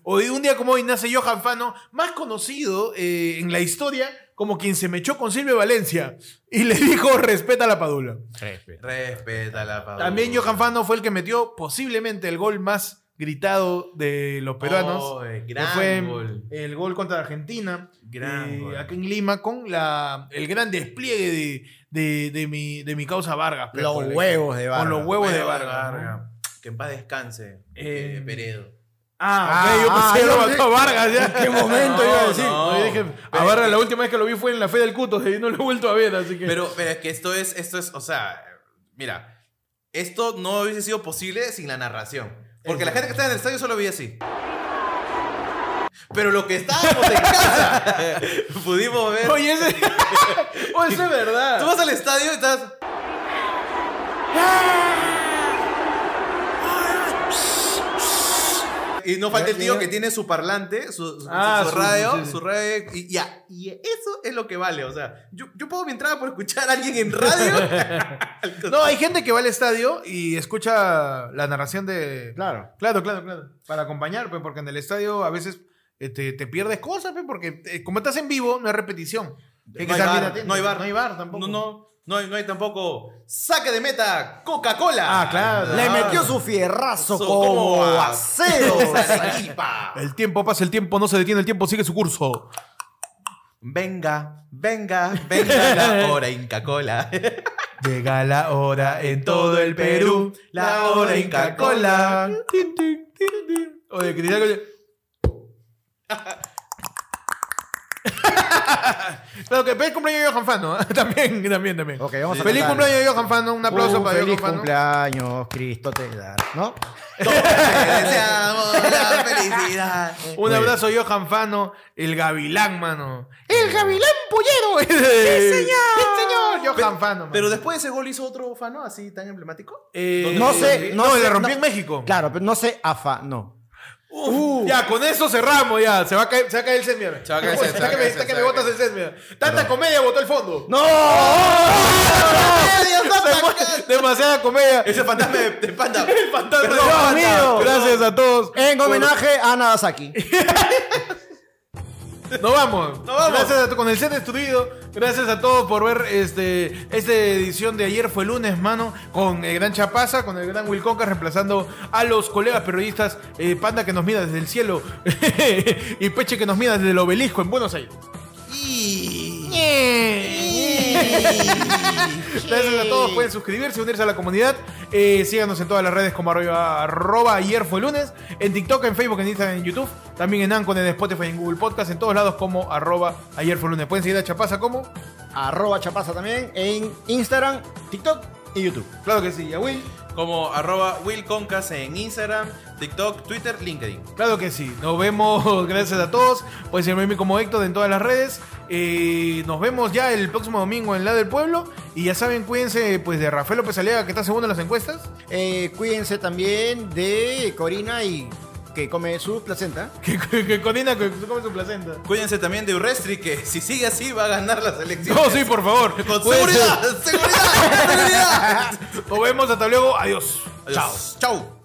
Hoy, un día como hoy nace Johan Fano, más conocido eh, en la historia como quien se mechó con Silvio Valencia y le dijo respeta la padula.
Respeta la palabra.
También Johan Fano fue el que metió posiblemente el gol más gritado de los peruanos. que
Oh, gran
fue
gol.
el gol contra Argentina.
Gran
eh,
gol.
Aquí en Lima con la, el gran despliegue de, de- de mi, de mi causa Vargas. pues,
Los
con el-
huevos de barba.
Con los huevos de
Bueno,
Vargas. ¿no?
Varga. Que en paz descanse, eh,
Eh,
Peredo.
Ah,
Ah,
ok, yo pensé que
ah,
lo
yo
mató a Vargas ya.
¿En qué momento iba a decir?
No.
Yo dije, a Vargas la última vez que lo vi fue en la fe del Cuto y no lo he vuelto a ver, así que.
Pero, pero es que esto es, esto es, o sea, mira, esto no hubiese sido posible sin la narración. Porque la gente que estaba en el estadio solo veía así. Pero lo que estábamos en casa, pudimos ver.
Oye, ese... Oye, eso es
Tú
verdad.
vas al estadio y estás. Y no falta el tío que tiene su parlante, su, su-
Ah,
su
su-
radio,
sí, sí.
su radio. Y ya, y eso es lo que vale. O sea, yo, yo pago mi entrada por escuchar a alguien en radio.
No, hay gente que va al estadio y escucha la narración de.
Claro.
Claro, claro, claro. Para acompañar, pues, porque en el estadio a veces eh, te, te pierdes cosas, pues, porque eh, como estás en vivo, no hay repetición. Hay que
No hay
estar
bar,
bien atento.
no hay bar.
No hay bar tampoco.
No, no, no hay, no hay tampoco. Saque de meta, Coca-Cola.
Ah, claro.
Le
Ah.
metió su fierrazo
Su-
como
como
acero.
Arequipa.
El tiempo pasa, el tiempo no se detiene, el tiempo sigue su curso.
Venga, venga, venga la hora Inca Cola.
Llega la hora en todo el Perú, la hora Inca Cola. Tin, tin, tin, tin. Oye, Cristian, oye. Claro que feliz cumpleaños a Johan Fano, ¿eh? también, también, también.
Ok, vamos a
feliz
cantar.
cumpleaños a Johan Fano, un aplauso
Uh,
para
Feliz
Johan Fano.
cumpleaños, Cristo te da. ¿No?
Te deseamos la felicidad.
Un
Muy
abrazo Johan Fano, el gavilán, mano. ¡El gavilán pollero! ¡Sí, señor! ¡Sí, señor! Johan Fano. mano.
Pero después de ese gol hizo otro fano así tan emblemático.
Eh,
No sé,
No,
no
le
sé,
rompió
no-
en México.
Claro, pero no se afa, no.
Uf, Ya, con eso cerramos ya. Se va a caer, se va a caer el Sesmier.
Se va a caer el Sesmier,
Está que
se va
me-
a
está
caer,
que
se
me
va a
botas el Sesmier. Tanta comedia botó el fondo.
¡No!
¡Ay, Dios,
Se fue Demasiada comedia.
Ese fantasma de, de panda.
Fantasma.
Perdón,
Dios
panda.
mío. Gracias a todos.
En homenaje a Nagasaki.
Nos vamos.
vamos.
Gracias a, con el set destruido. Gracias a todos por ver este esta edición de ayer fue lunes, mano, con el gran Chapaza, con el gran Wilconca reemplazando a los colegas periodistas eh, Panda que nos mira desde el cielo y Peche que nos mira desde el obelisco en Buenos Aires. Eh, Gracias a todos, pueden suscribirse, unirse a la comunidad. Eh, síganos en todas las redes como arroba, arroba ayer fue lunes, en TikTok, en Facebook, en Instagram, en YouTube, también en Anchor, en Spotify, en Google Podcast, en todos lados como arroba ayer fue lunes. Pueden seguir a Chapaza como,
Arroba Chapaza también en Instagram, TikTok y YouTube.
claro que sí, a Will,
Como arroba Will Concas en Instagram, TikTok, Twitter, LinkedIn.
claro que sí. Nos vemos, gracias a todos. Pueden seguirme a mí como Héctor en todas las redes. Eh, nos vemos ya el próximo domingo en La del Pueblo. Y ya saben, cuídense pues de Rafael López Aliaga, que está segundo en las encuestas.
Eh, cuídense también de Corina y que come su placenta.
Que, que, que Corina que se come su placenta.
Cuídense también de Urrestri, que si sigue así va a ganar la selección.
No, sí, por favor.
Con
Cuídense.
seguridad, seguridad, seguridad.
Nos vemos, hasta luego. Adiós.
Chao. Chao.